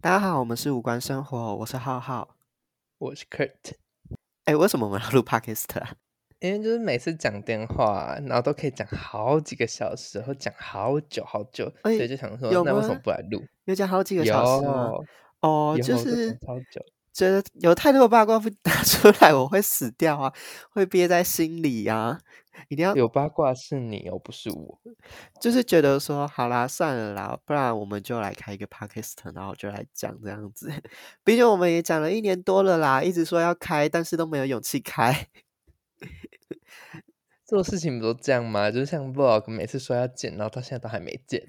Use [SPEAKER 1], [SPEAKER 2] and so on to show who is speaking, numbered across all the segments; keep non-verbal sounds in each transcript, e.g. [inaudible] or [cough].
[SPEAKER 1] 大家好，我们是无关生活，我是浩浩。
[SPEAKER 2] 我是 Kurt。
[SPEAKER 1] 哎，为什么我们要录 podcast 啊？
[SPEAKER 2] 因为就是每次讲电话，然后都可以讲好几个小时，或讲好久好久，所
[SPEAKER 1] 哎
[SPEAKER 2] 以就想说，
[SPEAKER 1] 有
[SPEAKER 2] 那为什么
[SPEAKER 1] 吗
[SPEAKER 2] 不来录？
[SPEAKER 1] 有讲好几
[SPEAKER 2] 有
[SPEAKER 1] 个小时吗？哦，
[SPEAKER 2] 有
[SPEAKER 1] 就
[SPEAKER 2] 我都
[SPEAKER 1] 是
[SPEAKER 2] 讲超久。
[SPEAKER 1] 觉得有太多的八卦不打 [laughs] 出来，我会死掉啊，会憋在心里啊。一定要
[SPEAKER 2] 有八卦是你哦，不是我。
[SPEAKER 1] 就是觉得说，好啦，算了啦，不然我们就来开一个 podcast，然后就来讲这样子。 [laughs] 毕竟我们也讲了一年多了啦，一直说要开，但是都没有勇气开。 [laughs]
[SPEAKER 2] 做事情不都这样吗？就是像 vlog，每次说要剪，然后到现在都还没剪。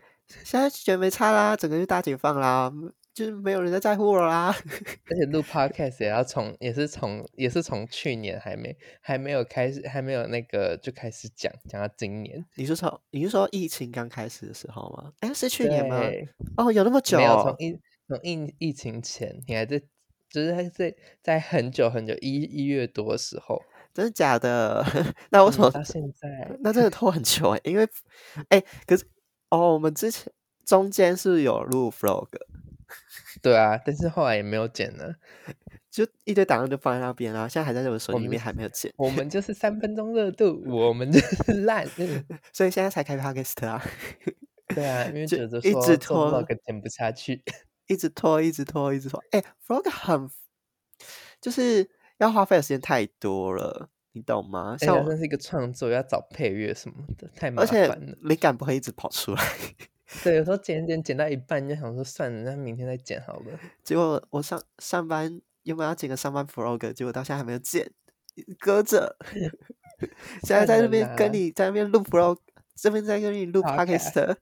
[SPEAKER 1] 现在觉得没差啦，整个就大解放啦，就是没有人在在乎我啦。 [laughs]
[SPEAKER 2] 而且录 podcast 也要从，也是从，也是从去年还没还没有开始，还没有那个就开始讲，讲到今年。
[SPEAKER 1] 你是说你是说疫情刚开始的时候吗？哎，是去年吗？
[SPEAKER 2] 对
[SPEAKER 1] 哦，有那么久
[SPEAKER 2] 没有
[SPEAKER 1] 哦
[SPEAKER 2] 从疫从疫疫情前，你还在就是还在在很久很久一一月多的时候，
[SPEAKER 1] 真的假的？ [laughs] 那为什么
[SPEAKER 2] 嗯、到现在？
[SPEAKER 1] 那真的拖很久哎、因为哎、可是哦，我们之前中间是有录 vlog，
[SPEAKER 2] 对啊，但是后来也没有剪了。
[SPEAKER 1] 就一堆档案就放在那边啦、现在还在我的手
[SPEAKER 2] 我
[SPEAKER 1] 机里
[SPEAKER 2] 们
[SPEAKER 1] 面还没有剪，
[SPEAKER 2] 我们就是三分钟热度，我们就是烂。嗯
[SPEAKER 1] 所以现在才开 podcast 啊， [laughs]
[SPEAKER 2] 对啊，因为
[SPEAKER 1] 就
[SPEAKER 2] 觉得
[SPEAKER 1] 一
[SPEAKER 2] 说
[SPEAKER 1] 直拖
[SPEAKER 2] 做 vlog 剪不下去，
[SPEAKER 1] 一直拖，一直拖，一直拖。哎、v l o g 很就是要花费的时间太多了，你懂吗？
[SPEAKER 2] 而
[SPEAKER 1] [laughs]
[SPEAKER 2] 且
[SPEAKER 1] 像我
[SPEAKER 2] 真哎是一个创作，要找配乐什么的，太麻
[SPEAKER 1] 而且
[SPEAKER 2] 烦了。
[SPEAKER 1] 灵感不会一直跑出来。
[SPEAKER 2] 对，有时候剪剪剪到一半，就想说算了，那明天再剪好了。
[SPEAKER 1] 结果我上上班原本要剪个上班 vlog，结果到现在还没有剪，搁着。现在
[SPEAKER 2] 算
[SPEAKER 1] 在那
[SPEAKER 2] 了
[SPEAKER 1] 边
[SPEAKER 2] 啦
[SPEAKER 1] 跟你在那边录 vlog，这边在跟你录
[SPEAKER 2] Podcast
[SPEAKER 1] podcast，